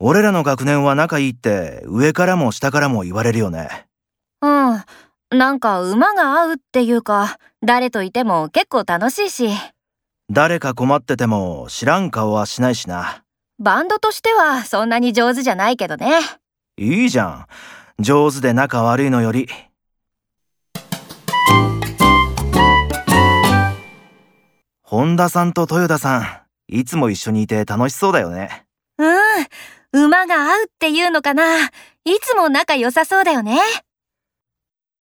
俺らの学年は仲いいって上からも下からも言われるよね。うん。なんか馬が合うっていうか、誰といても結構楽しいし、誰か困ってても知らん顔はしないしな。バンドとしてはそんなに上手じゃないけどね。いいじゃん。上手で仲悪いのより。本田さんと豊田さん、いつも一緒にいて楽しそうだよね。うん。馬が合うっていうのかな。いつも仲良さそうだよね。